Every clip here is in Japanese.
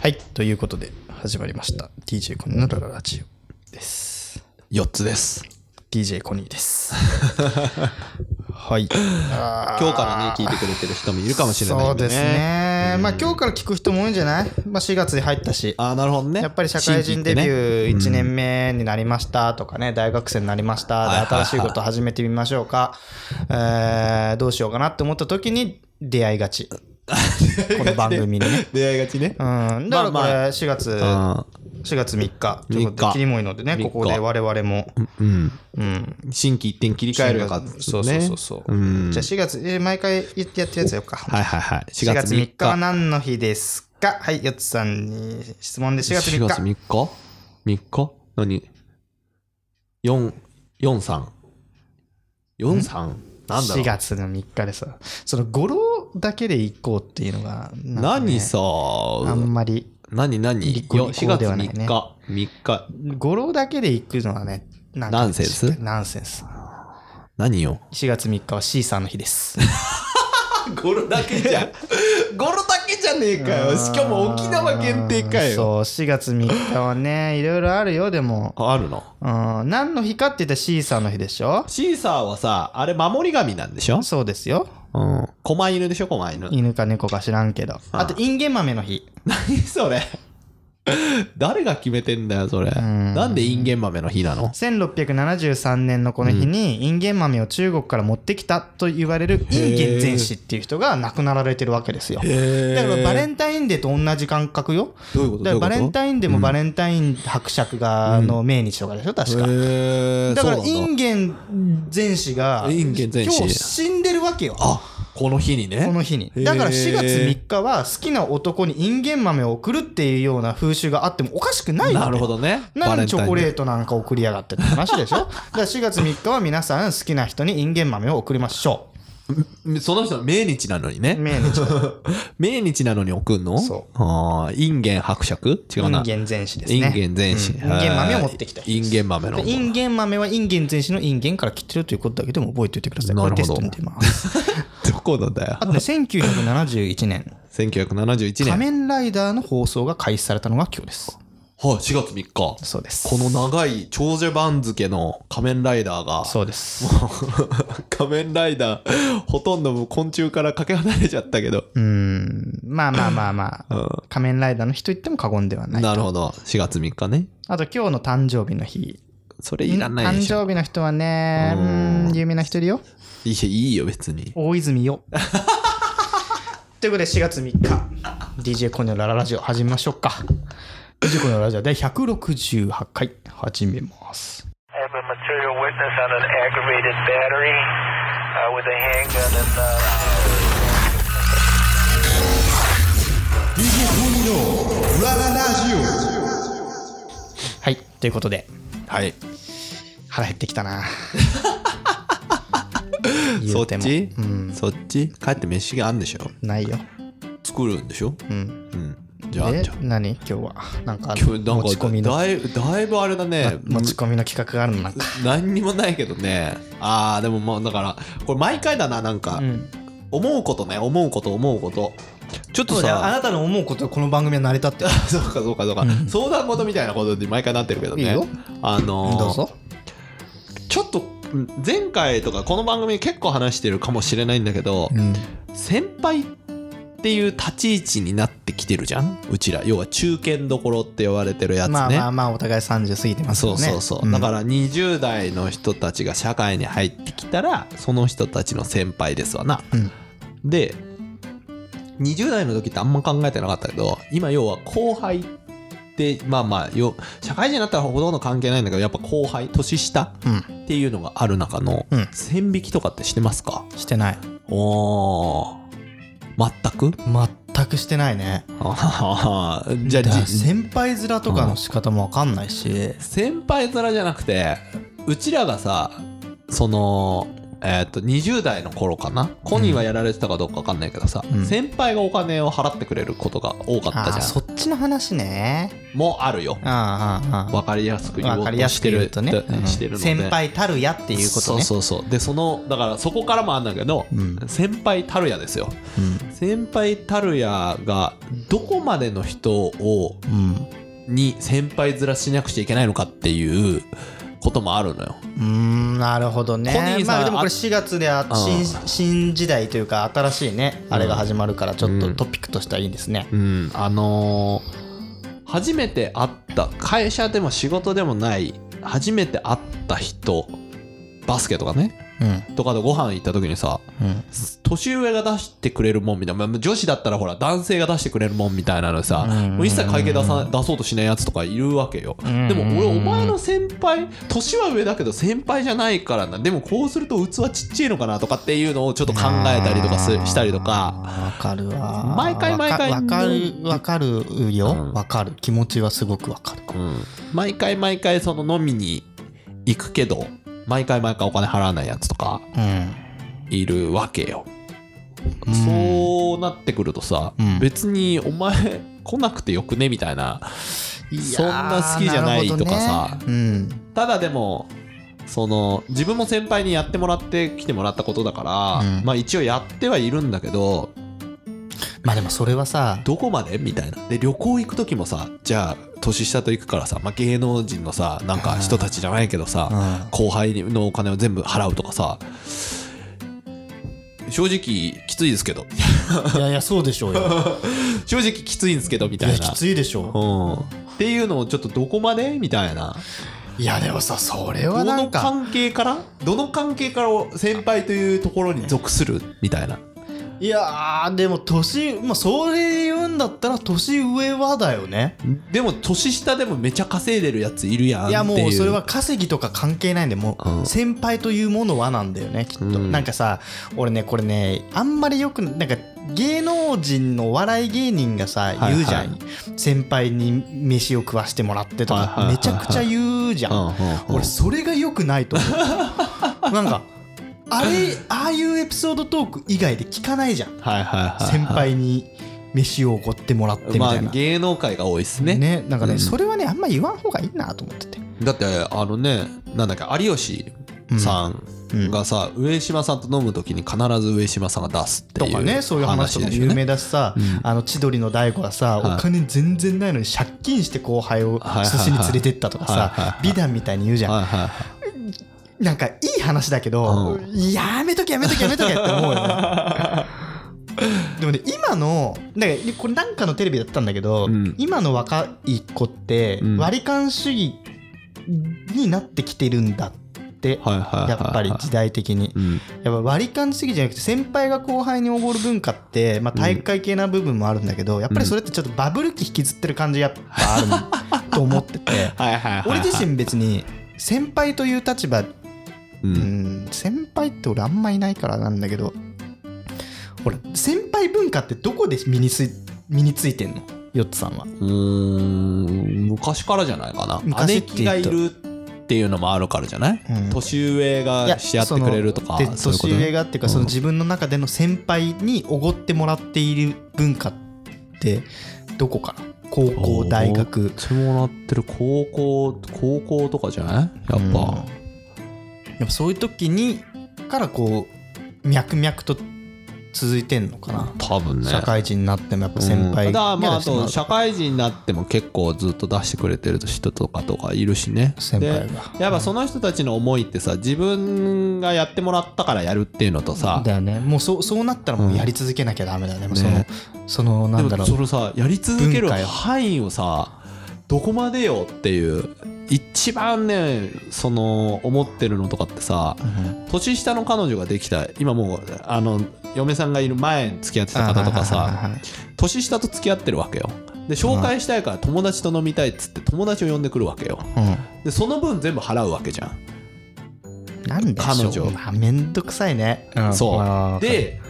はい。ということで、始まりました。DJ コニーのラララジオです。 4つです。 DJ コニー です。はい。今日からね、聞いてくれてる人もいるかもしれないそようです。ね。まあ今日から聞く人も多いんじゃないまあ4月に入ったし。ああ、なるほどね。やっぱり社会人デビー。ュー1年目になりましたとかね、大学生になりましたはいはいで、はい新しいこと始めてみましょうか、えーどうしようかなって思った時に出会いがち、 この番組にね。出会いがちねう。ん、だからこまあまれ4月、あ4月3日、ち3日ょっと切りもいいのでね、 3日ここで我々も、うん。うん、新規一点切り替えるのか、ね。そうそうそうそう、うんじゃあ4月、えー毎回やってやってるやつやろうか。はいはいはい。4 4月月3 3日は日。何の日ですかはい、よつさんに質問で4月3 4日。月3日 ?3 日何 ?4、4、3。4、3? なんだ4ろう。月の3日でさその語呂だけで行こうっていうのがなんかね何さ、あんまり何何リコリコ ?4 月では3ない日。ね3日。語呂だけで行くのはねなんかナンセンスナンセンス何よ。 4月3日は C さんの日ですゴロだけじゃん。 ゴロだけじゃねえかよ。しかも 沖縄限定かそうよ。 4月3日はねいろいろあるよでもあるのうん何の日かって言ったら C さんの日でしょシーサーはさ、あれ守り神なんでしょそうですようん。狛犬でしょ狛犬。犬か猫か知らんけどあとインゲン豆の日何 それ誰が決めてんだよ、それ。んなんでインゲン豆の日なの1673年のこの日にインゲン豆を中国から持ってきたと言われるインゲン前史っていう人が亡くなられてるわけですよ。へだからバレンタインデーと同じ感覚よ。どういうことだからバレンイタインデーもバレンタイン伯爵があの命日とかでしょ確か。へーだからそうイなんだンゲン前史がインゲン前史今日死んでるわけよ。あ、この日にね。この日にへーだから4月3日は好きな男にインゲン豆を送るっていうような風習があってもおかしくないわけなるほどね。なのにチョコレーートなんか送りやがってって話でしょだから4月3日は皆さん好きな人にインゲン豆を送りましょト。その人の命日なのにう。ね。命日は 命日なのに送んの。そうあーインゲン伯爵違イうな。ンゲン全史ですイね。ンゲン全史。うんインゲン豆を持ってきた人インゲン豆の。インゲン豆はインゲン全史のインゲンから切ってるということだけでも覚えておいてください。なるこれほどテストに出ます。どこのだよあ。とね、1971年、 1971仮年。面ライダーの放送が開始されたのが今日です。はい、4月3日。こそうです。の長い長者番付の仮面ライダーが、そうです。 仮面ライダー、ほとんどもう昆虫からかけ離れちゃったけど。うん。まあまあまあまあ、仮面ライダーの日と言っても過言ではない。なるほど。4月3日ね。あと今日の誕生日の日。それいらないでしょ。誕生日の人はね、うん、有名な人いるよ。いいよいいよ、別に。大泉よ。 ということで4月3日 DJ コネのラララジオ始めましょうか DJ コネのララジオで168回始めます I have a material witness on an aggravated battery uh, with a handgun and. Uh DJ コニーのラララジオはいということではい。腹減ってきたな言そっうてもち、そっち帰って飯があるんでしょないよ。作るんでしょうんうん。じゃあ、でじゃあ。何今日はなんか今日なん持ち込みかのだいぶだいぶあれだね持ち込みの企画があるのなんか何にもないけどねああでもまあだからこれ毎回だななんか、ん思うことね思うこと思うことちょっとさなたの思うことはこの番組は成り立ってる そうかそうかそうか、相談事みたいなことで毎回なってるけどねいいよあのーどうぞちょっとうん前回とかこの番組結構話してるかもしれないんだけど、ん先輩っていう立ち位置になってきてるじゃんうちら要は中堅どころって呼ばれてるやつね、まあまあまあお互い30過ぎてますそようねそうそう、んだから20代の人たちが社会に入ってきたらその人たちの先輩ですわな、うんで20代の時ってあんま考えてなかったけど今要は後輩ってまあまあよ社会人になったらほとんど関係ないんだけどやっぱ後輩年下うんっていうのがある中のうん線引きとかってしてますか、してないおー 全く全くしてないねあーじゃあだからじ先輩面とかの仕方も分かんないし先輩面じゃなくてうちらがさそのえーっと20代の頃かなコニーはやられてたかどうか分かんないけどさ、うん先輩がお金を払ってくれることが多かっあたーじゃそっちの話ねんもうあるよあーあーあー分かりやすく言おわうかりやとすしくて言うるとね、うんしてるので先輩たるやっていうことね。そうそうそうでそのだからそこからもあんだけど、うん先輩たるやですようん先輩たるやがどこまでの人をうんに先輩面しなくちゃいけないのかっていうこともあるのようーんなるほどコねニーさんまあでもこれあ4月であうん新新時代というか新しいねあれが始まるからちょっうとんトピックとしてはいいんですねうんあのー初めて会った会社でも仕事でもない初めて会った人バスケとかねうんとかとご飯行った時にさうん年上が出してくれるもんみたいなまあ女子だったらほら男性が出してくれるもんみたいなのさうんもう一切会計出さ出そうとしないやつとかいるわけよんでも俺お前の先輩年は上だけど先輩じゃないからなでもこうすると器ちっちゃいのかなとかっていうのをちょっと考えたりとかすあーしたりとかわかるわ毎回毎回わかわかるわかるうよんわかる気持ちはすごくわかるうん、毎回毎回その飲みに行くけど毎回毎回お金払わないやつとかうんいるわけよ、うんそうなってくるとさ、うん別にお前来なくてよくねみたいなそんな好きじゃないとかいさ、やーなるほどねただでもその自分も先輩にやってもらって来てもらったことだから、うんまあ一応やってはいるんだけどうんまあでもそれはさどこまでみたいなで旅行行く時もさじゃあ年下と行くからさ、まあ、芸能人のさなんか人たちじゃないけどさ、うん後輩のお金を全部払うとかさ正直きついですけど いやいやそうでしょうよ正直きついんですけどみいたやいきなついでしょううん、っていうのをちょっとどこまでみたいないやでもさそれはどなのんか関係からどの関係から先輩というところに属するみたいないやーでも年まあそれ言うんだったら年上はだよねでも年下でもめちゃ稼いでるやついるやんっていういやもうそれは稼ぎとか関係ないんでもううん先輩というものはなんだよねきっと、うんなんかさ俺ねこれねあんまりよくなんか芸能人のお笑い芸人がさいはい言うじゃん、先輩に飯を食わしてもらってとはいはいかはいはいめちゃくちゃ言うじゃん、うんうんうん俺それが良くないと思う なんかあれああいうエピソードトーク以外で聞かないじゃんはいはいはいはい先輩に飯をおごってもらってみたいな、まあ芸能界が多いですねねなんかね、うんそれはねあんま言わん方がいいなと思っててだってあのねなんだっけ有吉さんがさ、上島さんと飲む時に必ず上島さんが出すってというかねそういう話とかもですよ有ね名だしさ、あの千鳥の大悟がさ、はいお金全然ないのに借金して後輩をはいはいはい寿司に連れてったとかさ、はいはいはい美談みたいに言うじゃん、はいはいはいなんかいい話だけど、うやめとけやめとけやめとけって思うよね でもね今のなんかこれなんかのテレビだったんだけど、うん今の若い子ってうん割り勘主義になってきてるんだって、はいはいはいはいやっぱり時代的にうんやっぱ割り勘主義じゃなくて先輩が後輩におごる文化って、まあ、大会系な部分もあるんだけど、やっぱりそれってちょっとバブル期引きずってる感じやっぱあると思って てはいはいはいはい俺自身別に先輩という立場、ううんん、先輩って俺あんまいないからなんだけど俺先輩文化ってどこで身につい身についてんのヨッツさんは。うーん昔からじゃないかな昔姉って言貴うがといるっていうのもあるからじゃない、うん年上がしてやってくれるとかそのでそういうこと年上がっていうか、そのうん自分の中での先輩におごってもらっている文化ってどこかな高校大学おーもらってる高校高校とかじゃないやうんっぱ、やっぱそういう時にからこう脈々と続いてんのかな、多分ね社会人になってもやっぱ先輩うんだからにまあはあ出してもらとう社会人になっても結構ずっと出してくれてる人とかとかいるしね先輩がでやっぱその人たちの思いってさ自分がやってもらったからやるっていうのとさだよねもうそうそうなったらもうやり続けなきゃダメだよね、もうそのねそのなんだでろもうそのさやり続ける文化よ範囲をさどこまでよっていう一番ねその思ってるのとかってさうん年下の彼女ができた今もうあの嫁さんがいる前付き合ってた方とはいかはいさはいはい年下と付き合ってるわけよで紹介したいから友達と飲みたいっつって友達を呼んでくるわけようんでその分全部払うわけじゃん、なんでしょう彼女まあ、めんどくさいね、そうで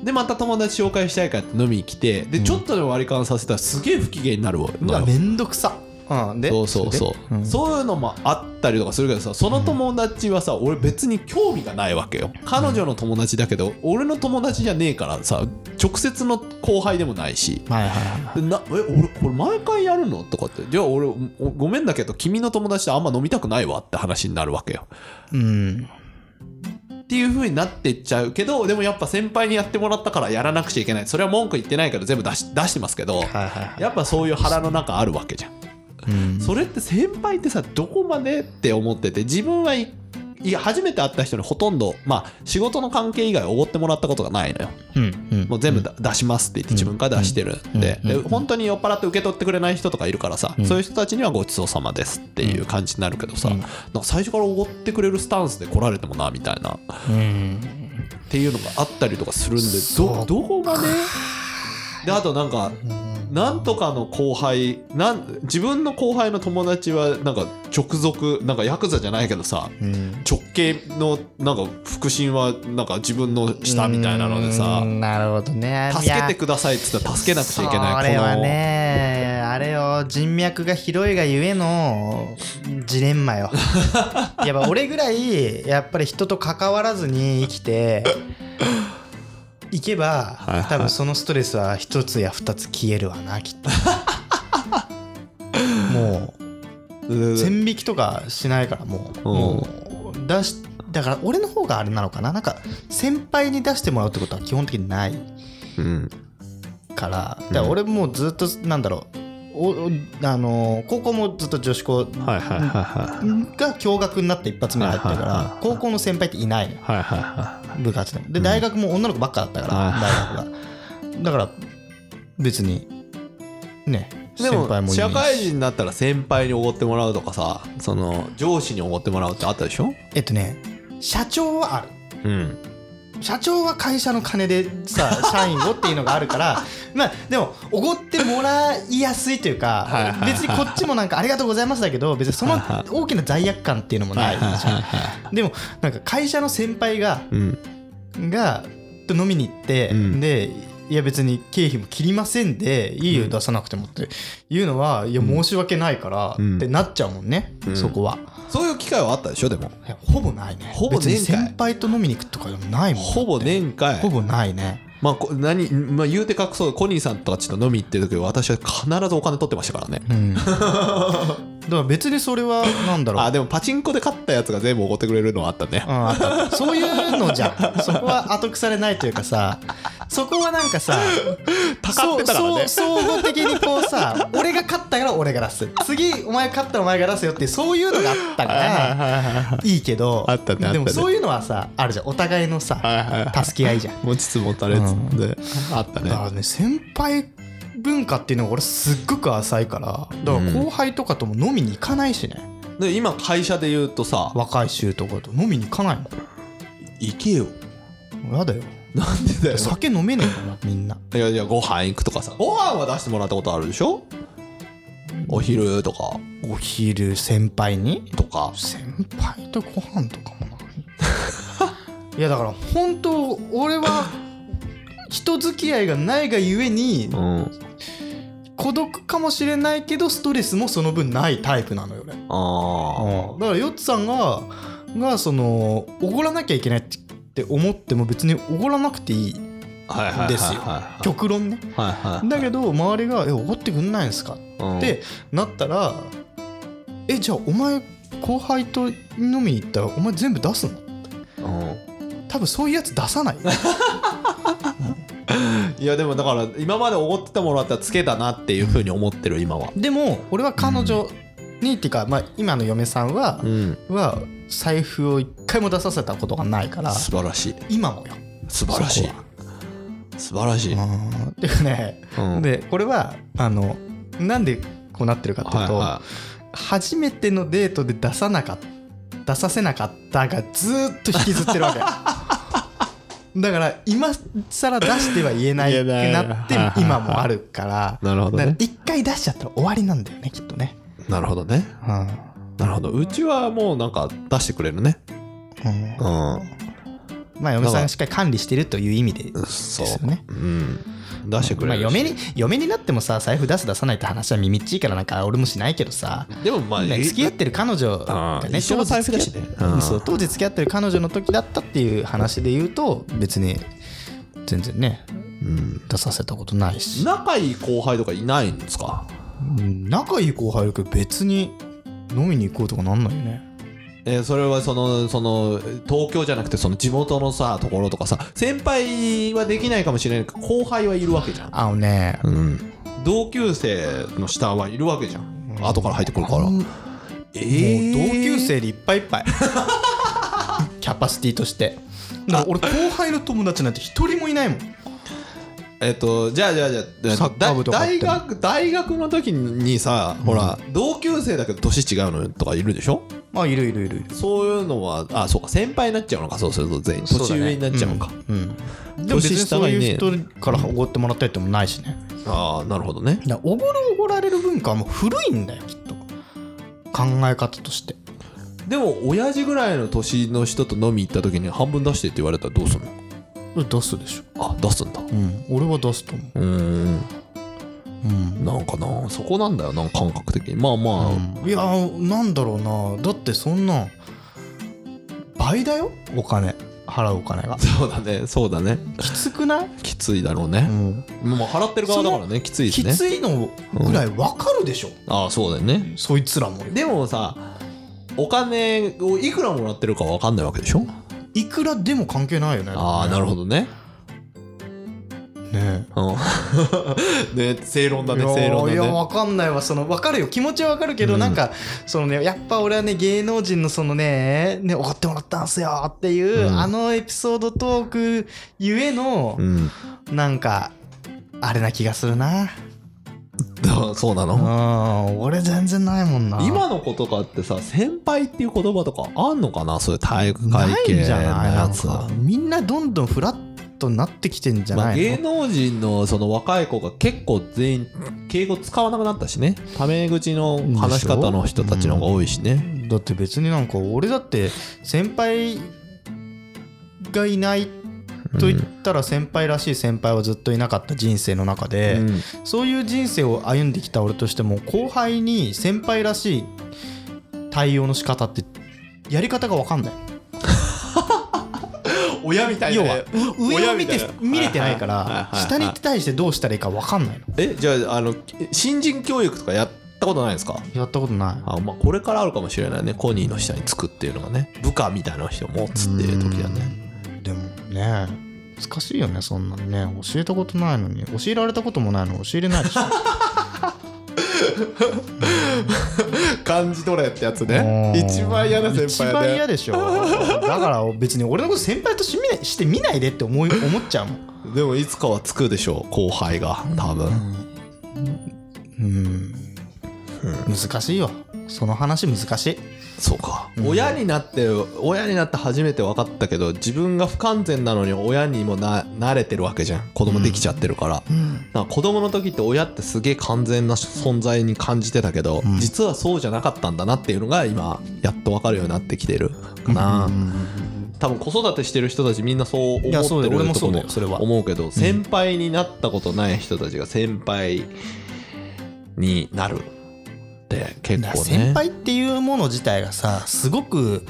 ででまた友達紹介したいからって飲みに来てでちょっとでも割り勘させたらすげえ不機嫌になるのようわめんどくさうん、でそうそうそう、れでんそういうのもあったりとかするけどさその友達はさ、俺別に興味がないわけよ彼女の友達だけど、俺の友達じゃねえからさ直接の後輩でもないしはいはいはいでなえ俺これ毎回やるのとかってじゃあ俺おごめんだけど君の友達とあんま飲みたくないわって話になるわけようんっていう風になってっちゃうけどでもやっぱ先輩にやってもらったからやらなくちゃいけないそれは文句言ってないから全部出し出してますけどはいはいはいやっぱそういう腹の中あるわけじゃんうんそれって先輩ってさどこまでって思ってて自分はいいや初めて会った人にほとんどまあ仕事の関係以外おごってもらったことがないのようんうんもう全部だ出しますって言って自分から出してるんでうんでうん本当に酔っ払って受け取ってくれない人とかいるからさんそういう人たちにはごちそうさまですっていう感じになるけどさうなんんか最初からおごってくれるスタンスで来られてもなみたいなっうんていうのがあったりとかするんでそどうどこまでであとなんかなんとかの後輩なん自分の後輩の友達はなんか直属なんかヤクザじゃないけどさうん直系のなんか腹心はなんか自分の下みたいなのでさうんなるほどね助けてくださいって言ったら助けなくちゃいけないそれはこのねあれよ人脈が広いがゆえのジレンマ よやっぱ俺ぐらいやっぱり人と関わらずに生きていけば、いはい多分そのストレスは一つや二つ消えるわなきっ ともう線引きとかしないからもう,、うんもう出しだから俺の方があれなのかななんか先輩に出してもらうってことは基本的にないうんからだから俺もうずっとなんだろうおおあのー高校もずっと女子校がはいはいはいはい共学になって一発目に入ったかはいはいはいら高校の先輩っていないのよはいは部活でもで大学も女の子ばっかだったから大はい学がだから別にねいで先輩ももいな社い会人になったら先輩におごってもらうとかさその上司におごってもらうってあったでしょえっとね社長はあるうん社長は会社の金で さ社員をっていうのがあるからまあでもおごってもらいやすいというはいはいかはい別にこっちもなんかありがとうございますだけど別にそのはいは大きな罪悪感っていうのもないでもなんか会社の先輩がうんがと飲みに行って、うんでいや別に経費も切りませんでいいよ出さなくてもっていうのはいや申し訳ないからうんってなっちゃうもんね、うんそこは。そういう機会はあったでしょでいもやほぼないねほぼねえんかい別に先輩と飲みに行くとかでもないもんほぼ年会ほぼないねまあこ何まあ言うて隠そうコニーさんとかちょっと飲み行ってる時私は必ずお金取ってましたからね うん、だから別にそれはなんだろうあでもパチンコで勝ったやつが全部おごってくれるのはあった ねうんあったそういうのじゃんそこは後腐れないというかさそこはなんかさたかってたからねそうそう総合的にこうさ俺が勝ったから俺が出す次お前勝ったらお前が出すよっていうそういうのがあったからいいけどあったねあったねでもそういうのはさあるじゃんお互いのはいはいさはい助け合いじゃん持ちつ持たれつであっだかたねらね先輩文化っていうのが俺すっごく浅いからだから後輩とかとも飲みに行かないしね、で今会社で言うとさ若い衆とかと飲みに行かない行けよもんやだよなん でだよ酒飲めねえからみんないやいやご飯行くとかさご飯は出してもらったことあるでしょお昼とかお昼先輩にとか先輩とご飯とかもない いやだから本当俺は人付き合いがないがゆえにうん孤独かもしれないけどストレスもその分ないタイプなのよ俺あだからヨッツさんががそのおごらなきゃいけないって思っても別におごらなくていいあはいはいはいはいですよは極論ねいはいだけど周りが「えおごってくんないんすか?」うんってなったら「えじゃあお前後輩と飲みに行ったらお前全部出すの?うん」多分そういうやつ出さない いやでもだから今までおごっててもらったらつけだなっていうふうに思ってる今はでも俺は彼女に、っていうか、まあ、今の嫁さんは、うんは財布を一回も出させたことがないから素晴らしい今もよ素晴らしいそこ素晴らしい、うんてかね、うんでこれはあのなんでこうなってるかっていうと、は初めてのデートで出さなかった出させなかったがずーっと引きずってる わけだから今更出しては言えない言くえないなってはいはいは い今もあるからなるほどねだから一回出しちゃったら終わりなんだよねきっとねいはいなるほどねうん、うんなるほどうちはもうなんか出してくれるねうんまあ嫁さんがしっかり管理してるという意味でですそうよねうん出してくまあ、れるし嫁に嫁になってもさ財布出す出さないって話は耳っちいからなんか俺もしないけどさでもまあね付き合ってる彼女がうんね一緒の財布だしね当時付き合っうんそう当時付き合ってる彼女の時だったっていう話で言うと別に全然ねうん出させたことないし仲いい後輩とかいないんですかうん仲いい後輩だけど別に飲みに行こうとかなんないよねえーそれはそのその東京じゃなくてその地元のさところとかさ先輩はできないかもしれないけど後輩はいるわけじゃん、あのねうん、同級生の下はいるわけじゃん後から入ってくるからあんえもう同級え生でいっぱいいっぱい キャパシティとしてだから俺後輩の友達なんて一人もいないもんっとじゃあじゃあじゃあえっとサッカー部とかだやって大る学大学の時にさほら、同級生だけど年違うのとかいるでしょまあいるいるいるいるそういうのはあそうか先輩になっちゃうのかそうすると全員そう年だね上になっちゃうのかうん、うん、でも別年に下そがういいうねえ人からおごってもらったりってもないしねああなるほどねだからおごるおごられる文化はもう古いんだよきっと考え方としてでも親父ぐらいの年の人と飲み行った時に半分出してって言われたらどうすんの出すでしょあ出すんだうん俺は出すと思ううーんうんなんかなそこなんだよな感覚的にまあまあ、いやなんだろうなだってそんな倍だよお金払うお金がそうだねそうだねきつくない、きついだろうね、ん、もう払ってる側だからねきついですきねついのぐらいわかるでしょ、ああそうだよねそいつらもよでもさお金をいくらもらってるかわかんないわけでしょいくらでも関係ないよねああなるほどどねねうん ね正論だねいや正論だいやねわかんないわそのわかるよ気持ちはわかるけど、うんなんかそのねやっぱ俺はね芸能人のそのねねおごってもらったんすよっていう、うんあのエピソードトークゆえのう、ん なんかあれな気がするなだそうなうのん俺全然ないもんな今の子とかってさ先輩っていう言葉とかあんのかなそういう体育な会い系のんじゃないなやんつかみんなどんどんフラットになってきてんじゃまなあ、いの、芸能人のその若い子が結構全員敬語使わなくなったしねタメ口の話し方の人たちの方が多いしね、だって別になんか俺だって先輩がいないと言ったら先輩らしい先輩はずっといなかった人生の中で、うんそういう人生を歩んできた俺としても後輩に先輩らしい対応の仕方ってやり方が分かんない親みた要はう上を見て親みたいな見れてないかはいはいらはいはい下に対してどうしたらいいか分かんないのえじゃああの新人教育とかやったことないですかやったことないあまあこれからあるかもしれないねコニーの下につくっていうのがね部下みたいな人もつっていう時だねうんでもね難しいよねそんなのね教えたことないのに教えられたこともないのに教えれない でしょ感じ取れってやつうん一番嫌でしょだから別に俺のこと先輩として見ないして見ないでって思い思っちゃうもんでもいつかはつくでしょう後輩が多分、うん難しいよその話難しいそうか、親になって親になって初めて分かったけど自分が不完全なのに親にもな慣れてるわけじゃん子供できちゃってるから,、なんか子供の時って親ってすげえ完全な存在に感じてたけど、実はそうじゃなかったんだなっていうのが今やっと分かるようになってきてるかな、多分子育てしてる人たちみんなそう思っていやるそうだよ俺もとそうだよ思それは思うけど先輩になったことない人たちが先輩になるって結構ね先輩っていうもの自体がさすごく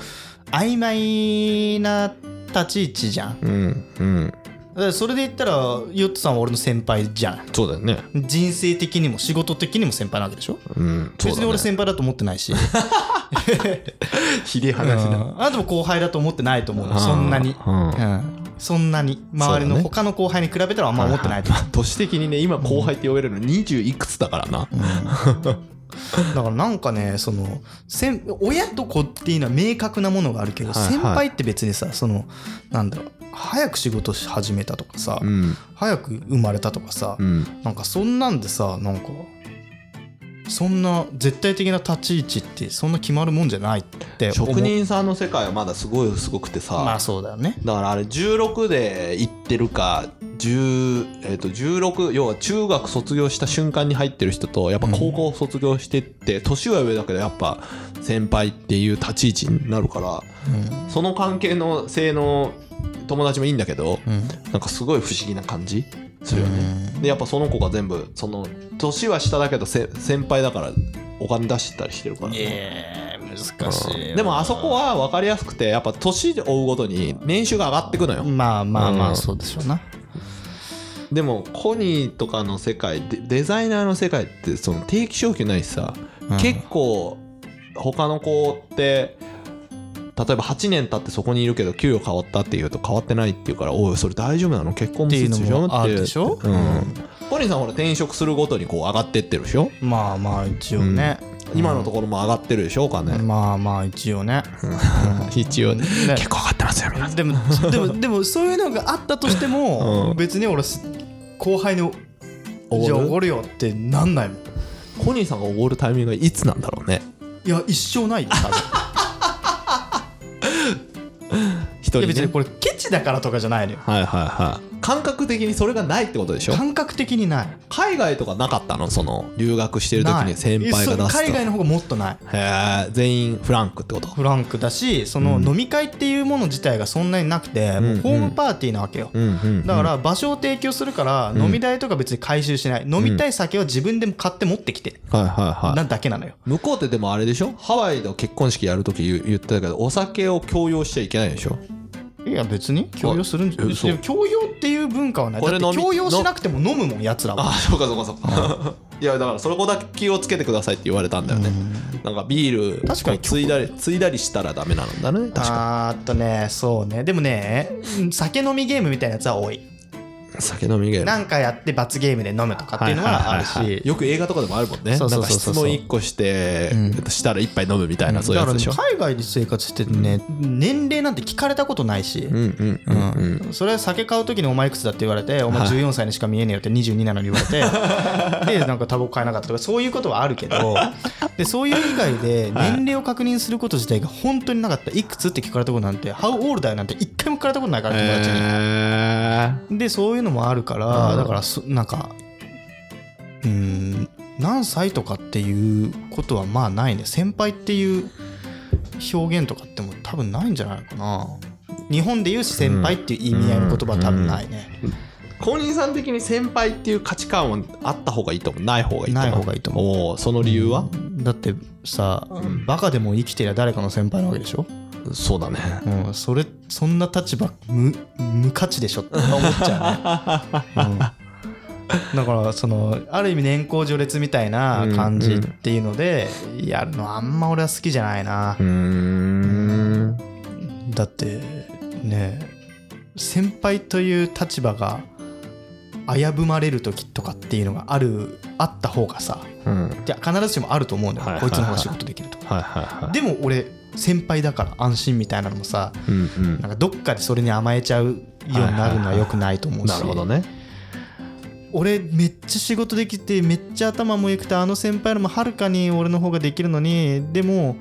曖昧な立ち位置じゃんうんうんだからそれで言ったらヨットさんは俺の先輩じゃんそうだよね人生的にも仕事的にも先輩なわけでしょうん別そうだにね俺先輩だと思ってないしひでえうんあなたも後輩だと思ってないと思うのそんなに、うんうんそんなに周りそうだねの他の後輩に比べたらあんま思ってないと思う、年的にね今後輩って呼べるの20いくつだからなだからなんかねその先親と子っていうのは明確なものがあるけど、はいはい先輩って別にさそのなんだろう早く仕事し始めたとかさ、うん早く生まれたとかさ、うんなんかそんなんでさなんかそんな絶対的な立ち位置ってそんな決まるもんじゃないって思う職人さんの世界はまだすごいすごくてさ、まあそうだよねだからあれ16で行ってるか10、えっと16要は中学卒業した瞬間に入ってる人とやっぱ高校卒業してって、年は上だけどやっぱ先輩っていう立ち位置になるから、その関係の性能友達もいいんだけど、なんかすごい不思議な感じするよねでやっぱその子が全部その年は下だけどせ先輩だからお金出してたりしてるから、えー、難しいよでもあそこは分かりやすくてやっぱ年で追うごとに年収が上がってくのよ、まあまあまうあんそうでしょうな、でもコニーとかの世界デデザイナーの世界ってその定期昇給ないしさ、結構他の子って例えば8年経ってそこにいるけど給与変わったっていうと変わってないっていうからおいそれ大丈夫なの結婚もっていうのすもるじゃんってあるでしょうんコニーさんほら転職するごとにこう上がってってるでしょまあまあ一応ね、今のところも上がってるでしょうか ね、まあまあ一応ね、一応ねね結構上がってますよ皆さんでもでもでもそういうのがあったとしても、 うん別に俺す後輩のおごるじゃあおごるよってなんないもんコニーさんがおごるタイミングはいつなんだろうねいや一生 ないよ多分一人いやね別にこれケチだからとかじゃないのよはいはいはい感覚的にそれがないってことでしょ感覚的にない海外とかなかったのその留学してる時なにい先輩が出すそう海と外の方がもっとないへえ全員フランクってことフランクだしその飲み会っていうもの自体がそんなになくて、もうホームパーティーなわけよ、うんうんうんだから場所を提供するから飲み代とか別に回収しない、飲みたい酒は自分でも買って持ってきて、はいはいはなんだけなのよい向こうってでもあれでしょハワイの結婚式やる時言言ってたけどお酒を強要しちゃいけないでしょいや別に強要するんじゃあえ嘘でも強要っていう文化はないだっ俺て飲み強要しなくても飲むもんやつらはあそうかそうかそうか いやだからそこだけ気をつけてくださいって言われたんだよねなんかビール確かにこうついだりついだりしたらダメなんだね確かあーっとねそうねでもねうん酒飲みゲームみたいなやつは多い酒飲みゲームなんかやって罰ゲームで飲むとかっていうのはあるはいはいはいはいしよく映画とかでもあるもんねそうそうそうそうなんか質問1個して、したら1杯飲むみたいな、そういうだやかつらねでしょ海外で生活しててね年齢なんて聞かれたことないしうんうんうんうん、それは酒買う時にお前いくつだって言われてお前はい14歳にしか見えねえよって22なのに言われ てでなんかタバコ買えなかったとかそういうことはあるけどでそういう以外で年齢を確認すること自体が本当になかったいくつって聞かれたことなんて「How old だよ」なんて一回も聞かれたことないから友達に。えでそういうのもあるから、だからそなんかうーん何歳とかっていうことはまあないね先輩っていう表現とかってもう多分ないんじゃないのかな日本で言う先輩っていう意味合いの言葉は多分ないね、ー公認さん的に先輩っていう価値観はあった方がいいと思うない方がいいと思うない方がいいと思おーその理由は、だってさ、バカでも生きてりゃ誰かの先輩なわけでしょ、そうだねうん、それそんな立場無無価値でしょって思っちゃうね、うんだからそのある意味年功序列みたいな感じっていうのでやるのあんま俺は好きじゃないなうー、んだってね先輩という立場が危ぶまれる時とかっていうのがあるあった方がさうんいや必ずしもあると思うんだよ、はいはいはいこいつの方が仕事できるとか、はいはいはでも俺先輩だから安心みたいなのもさいうんうんなんかどっかでそれに甘えちゃうようになるのは良くないと思うし、なるほどね俺めっちゃ仕事できてめっちゃ頭も良くてあの先輩よりもはるかに俺の方ができるのにでも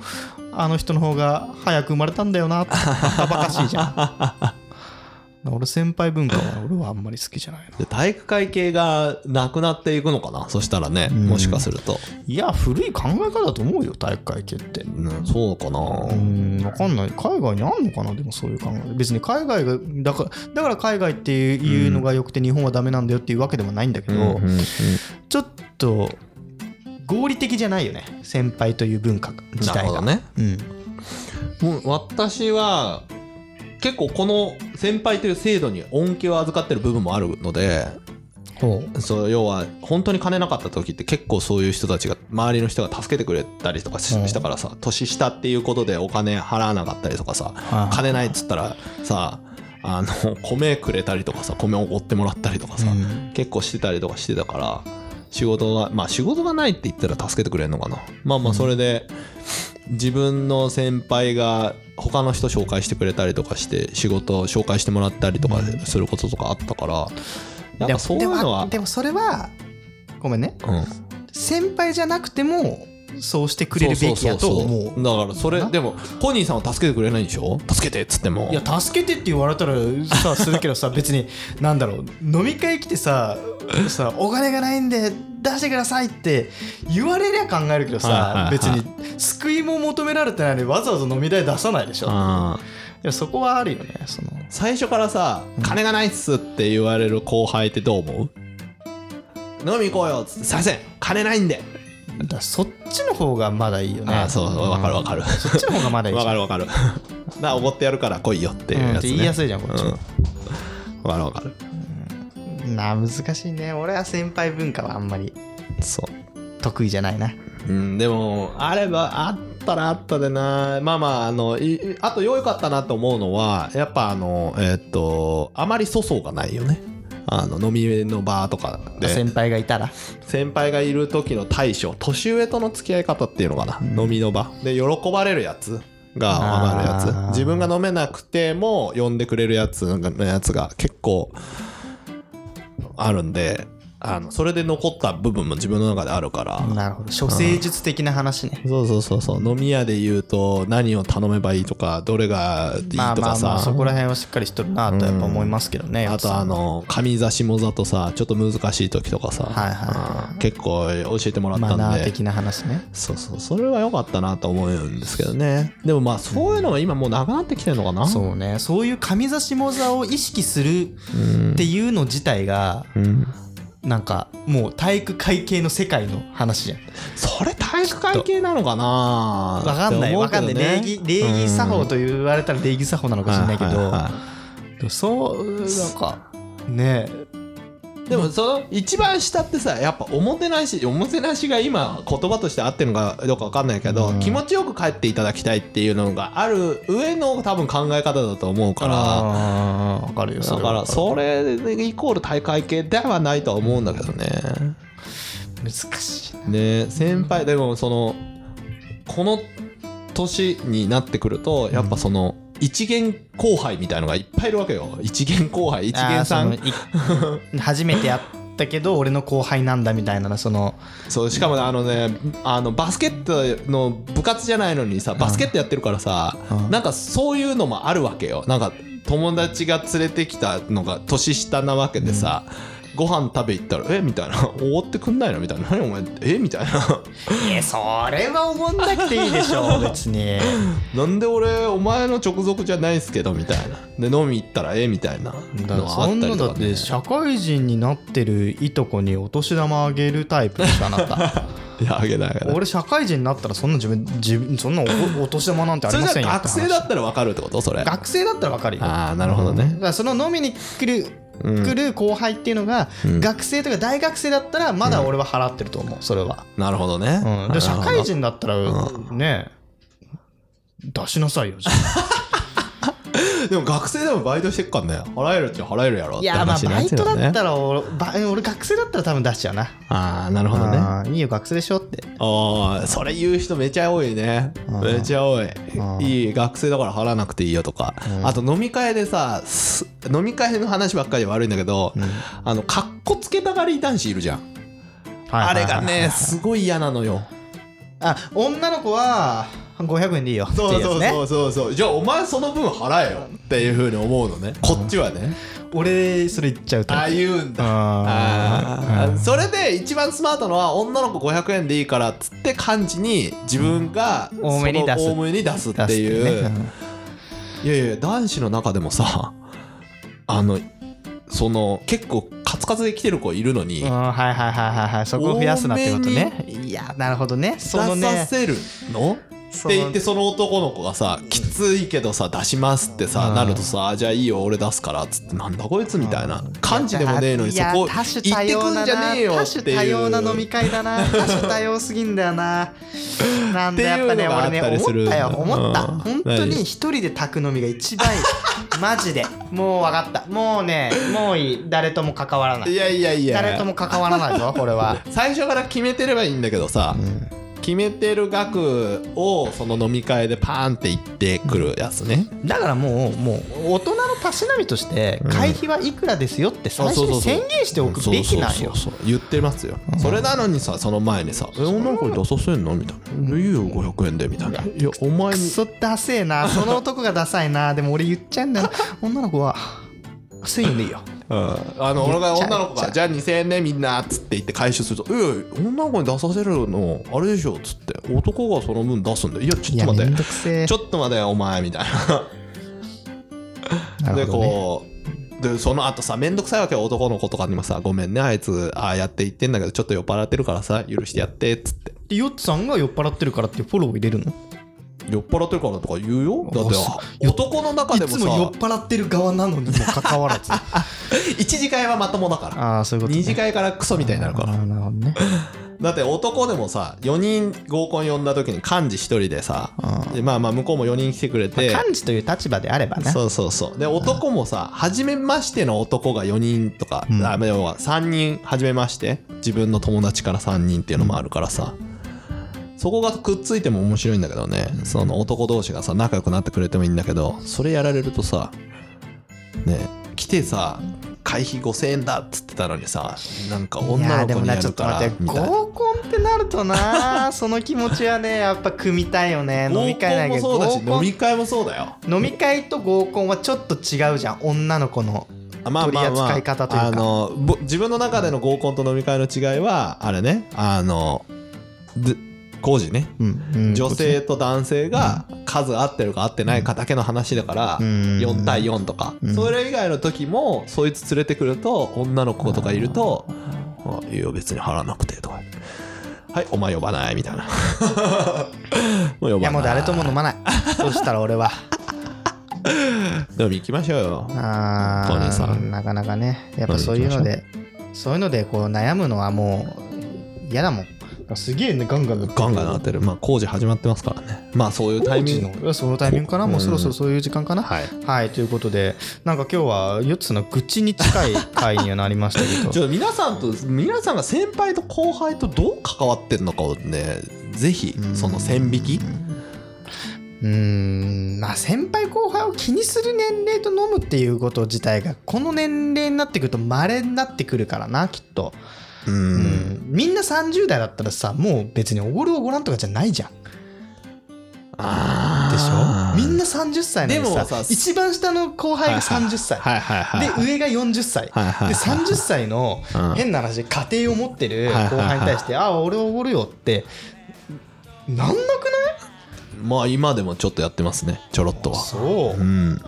あの人の方が早く生まれたんだよなってバカバカしいじゃん俺先輩文化は俺はあんまり好きじゃないなで体育会系がなくなっていくのかなそしたらねんもしかすると、いや古い考え方だと思うよ体育会系ってうん、そうかな、うん分かんない海外にあんのかなでもそういう考え別に海外がだからだから海外っていうのが良くて日本はダメなんだよっていうわけでもないんだけど、うんうんちょっと合理的じゃないよね先輩という文化自な体るほが、どねうん、もう私は結構この先輩という制度に恩恵を預かってる部分もあるのでほうそう要は本当に金なかった時って結構そういう人たちが周りの人が助けてくれたりとかしうんしたからさ年下っていうことでお金払わなかったりとかさい金ないっつったらさあの米くれたりとかさ米おごってもらったりとかさうん結構してたりとかしてたから仕事がまあ仕事がないって言ったら助けてくれるのかなまあまあそれで自分の先輩が他の人紹介してくれたりとかして仕事を紹介してもらったりとかすることとかあったからやっぱそういうのでもはでもそれはごめんねうん先輩じゃなくてもそうしてくれるべきやとそうそう思そううそうだからそれでもコニーさんは助けてくれないんでしょ助けてっつってもいや助けてって言われたらさ するけどさ別になんだろう飲み会来てささお金がないんで出してくださいって言われりゃ考えるけどさ、はいはいはい別に救いも求められてないのにわざわざ飲み代出さないでしょ、いあやそこはあるよねその最初からさ「金がないっす」って言われる後輩ってどう思う飲み行こうよっつって「すいません金ないんでだからそっちの方がまだいいよ」ねああそうわかるわかるそっちの方がまだいいじゃわんかるわ かるなおごってやるから来いよっていううんっやつ、てね言いやすいじゃんこっちもうんわかるわかるなあ難しいね俺は先輩文化はあんまりそ得意じゃないなう、うん、でもあればあったらあったでなまあまああのいいあとよかったなと思うのはやっぱあのえーっとあまり粗相がないよねあの飲みの場とかで先輩がいたら先輩がいる時の対処年上との付き合い方っていうのかな、飲みの場で喜ばれるやつが分かるやあーつ自分が飲めなくても呼んでくれるやつのやつが結構あるんであのそれで残った部分も自分の中であるから、なるほど処世術的な話ねそうそうそうそう飲み屋で言うと何を頼めばいいとかどれがいいとまあまかあさ、まあそこら辺はしっかりしとるなとやっぱ思いますけどねあとあの上座下座とさちょっと難しい時とかさ、はいはうん結構教えてもらったんマでナー的な話ねそうそうそれは良かったなと思うんですけどねでもまあそういうのは今もうなくなってきてるのかな、そうねそういう上座下座を意識するっていうの自体がうんなんかもう体育会系の世界の話じゃんそれ体育会系なのかなわかんないわかんない礼儀礼儀作法かと言われたら礼儀作法なのかもしれないけどでもそうなんかねでもその一番下ってさやっぱおもてなしおもてなしが今言葉として合ってるのかどうかわかんないけど、うん気持ちよく帰っていただきたいっていうのがある上の多分考え方だと思うからあーわかるよだからそれイコール大会系ではないとは思うんだけどね難しいなね先輩でもそのこの年になってくるとやっぱその一元後輩みたいのがいっぱいいるわけよ一元後輩一元さあんーそのい 初めてやったけど俺の後輩なんだみたいなそのそうしかもねあのねあのバスケットの部活じゃないのにさバスケットやってるからさ、うんなんかそういうのもあるわけよなんか友達が連れてきたのが年下なわけでさ、ご飯食べ行ったら「えみたいな「おごってくんないの?」みたいな「何お前えみたいな「いやそれは思んなくていいでし ょ別になんで俺お前の直属じゃないっすけどみたいなで飲み行ったらええみたいな」だからのあそっんたなりだとっかねて社会人になってるいとこにお年玉あげるタイプでしょあな たいやあげないあげない俺社会人になったらそんな自分自分そんなおお年玉なんてあそりれまじせゃんよ学生だったらわかるってことそれあ学生だったらわかるよあーなるほどねだからその飲みに来るうん来る後輩っていうのが、ん学生とか大学生だったらまだ俺は払ってると思うそれは、なるほどねうん、で社会人だったらね出しなさいよじゃ あでも学生でもバイトしてっからね払えるっちゃ払えるやろっいてやまあ話になバっイてトるだよねったら俺ば俺学生だったら多分出しちゃうなああなるほどねああーいいよ学生でしょってあそれ言う人めちゃ多いねんめちゃ多いんいい学生だから払わなくていいよとかあと飲み会でさす飲み会の話ばっかりで悪いんだけどあのかっこつけたがり男子いるじゃんあれがね、すごい嫌なのよ。あ女の子は500円でいいよってそういうそうやつそねうそうそう。じゃあお前その分払えよっていうふうに思うのね。こっちはね。俺それ言っちゃうとああ言うんだ。あーそれで一番スマートのは女の子500円でいいからっつって感じに自分がその多めに出す多めに出すっていう。いやいや男子の中でもさ、あのその結構カツカツで来てる子いるのにうん、はいはいはいはいはいそこを増やすなってことね多いやなるほどねその出さねせるのって言ってその男の子がさきついけどさ出しますってさうんなるとさじゃあいいよ俺出すからっつってなんだこいつみたいな感じでもねえのにいそやこ多種行多って様くんなじゃねえよなっ多て種多い様うな飲み会だな多種多様すぎんだよななんだやっぱっていねうのがあ俺ったねりす思るったよ思ったうん本当に一人で炊く飲みが一番いいマジでもう分かったもうねもういい誰とも関わらないいやいやいや誰とも関わらないぞこれは最初から決めてればいいんだけどさ、決めてる額をその飲み会でパーンって言ってくるやつね、だからもうもう大人のたしなみとして会費はいくらですよって最初に宣言しておくべきなんよそうそうそう言ってますよ、それなのにさその前にさ「え女の子に出させんの?」みたいな「いいよ500円で」みたいな「いやお前クにソダセえなその男がダサいなでも俺言っちゃうんだよな女の子は1000円でいいよあの俺が女の子が「じゃあ2000円ねみんな」っつって言って回収すると「いやいや女の子に出させるのあれでしょ」っつって「男がその分出すんだよいやいちょっやとめ待んっどてくせえちょっと待てよお前」みたいななるほでどねこうでその後さ面倒くさいわけよ男の子とかにもさ「ごめんねあいつああやって言ってんだけどちょっと酔っ払ってるからさ許してやって」っつってでヨッツさんが酔っ払ってるからってフォロー入れるの酔っ払ってるからとか言うよだってあ男の中でいもつも酔っさ払ってる側なのにもかかわら ず一次会はまともだからああそういうこと、ね、二次会からクソみたいになるからあーなるほどねだって男でもさ4人合コン呼んだ時に幹事1人でさうでまあまあ向こうも4人来てくれて、幹事という立場であればねそうそうそうで男もさ初めましての男が4人とか、うんあ要は3人初めまして自分の友達から3人っていうのもあるからさそこがくっついても面白いんだけどねその男同士がさ仲良くなってくれてもいいんだけどそれやられるとさね来てさ会費5000円だっつってたのにさなんかいや女ーので子もにやなちょるっとから待ってみたいな合コンってなると なその気持ちはねやっぱ組みたいよね飲み会なんやけど合コンもそうだし飲合み会もそうだよコン飲み会と合コンはちょっと違うじゃん女の子のあまあまあまあ取り扱い方というかあのぼ自分の中での合コンと飲み会の違いはあれねあので工事ねうん、うん女性と男性が数合ってるか合ってないかだけの話だからうん4対4とかうんそれ以外の時もそいつ連れてくると女の子とかいると「あいいよ別に払わなくて」とか「はいお前呼ばない」みたいな もう呼ばないいやもう誰とも飲まないそしたら俺 は飲み行きましょうよあ本当にさーなかなかねやっぱそういうのでそういうのでこう悩むのはもう嫌だもんすげえねガンガンガンガンなってるまあ工事始まってますからねまあそういうタイミンググそのタイミングかなもうそろそろそういう時間かなはいはい、ということで、なんか今日は4つの愚痴に近い回にはなりましたけ ちど、ょっと皆さんと皆さんが先輩と後輩とどう関わってるのかをねぜひその線引きうーん、まあ先輩後輩を気にする年齢と飲むっていうこと自体が、この年齢になってくると稀になってくるからな、きっと。ううんん、みんな30代だったらさ、もう別におごるおごらんとかじゃないじゃん。でしあょみんなな30歳なのにでさもさ一番下の後輩が30歳。はいはいはいはいで上が40歳、はいはいはいで30歳のうん変な話家庭を持ってる後はいはいは輩いに対して「ああ俺おごるよ」ってなんなくないまあ今でもちょっとやってますねちょろっとはそううん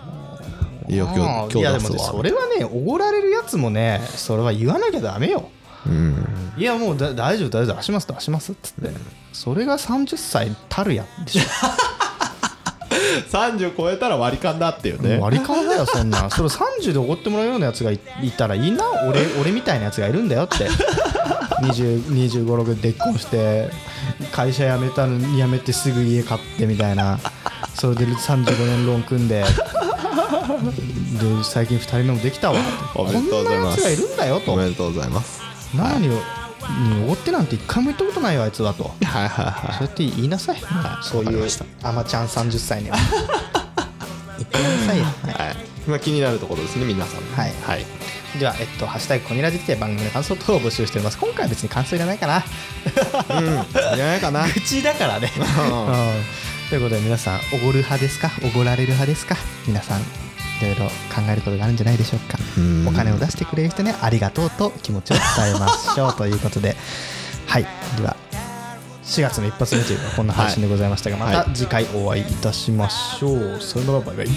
いや今日今ああ日いやで出もすねそわれはねおごられるやつもねそれは言わなきゃダメようんいやもうだ大丈夫大丈夫出します出しますっつって、それが30歳たるやんでしょ30超えたら割り勘だっていうね割り勘だよそん なんそれ30でおごってもらうようなやつがいいたらいいな俺俺みたいなやつがいるんだよって2 5 6で結婚して会社辞めたのに辞めてすぐ家買ってみたいなそれで35年ローン組んでで最近2人目もできたわこおめでとうごんなざやいまつがいするんだよおとめでとうございますなのににおごってなんて一回も言ったことないよあいつはとはいはいはいそうやって言いなさいそういうあまちゃん30歳には言ってなさいよはいはいまあ気になるところですね皆さんもはいはいでは、えっと、ハッシュタグコニラジで番組の感想等を募集しております。今回は別に感想いらないかな。うんじゃないか な愚痴だからね。うんうんということで皆さん、おごる派ですかおごられる派ですか皆さん、いろいろ考えることがあるんじゃないでしょうか。うんお金を出してくれる人にはありがとうと気持ちを伝えま しょうということで、はい。では、4月の一発目というか、こんな配信でございましたが、はいまた次回お会いいたしましょう。それではバイバイ。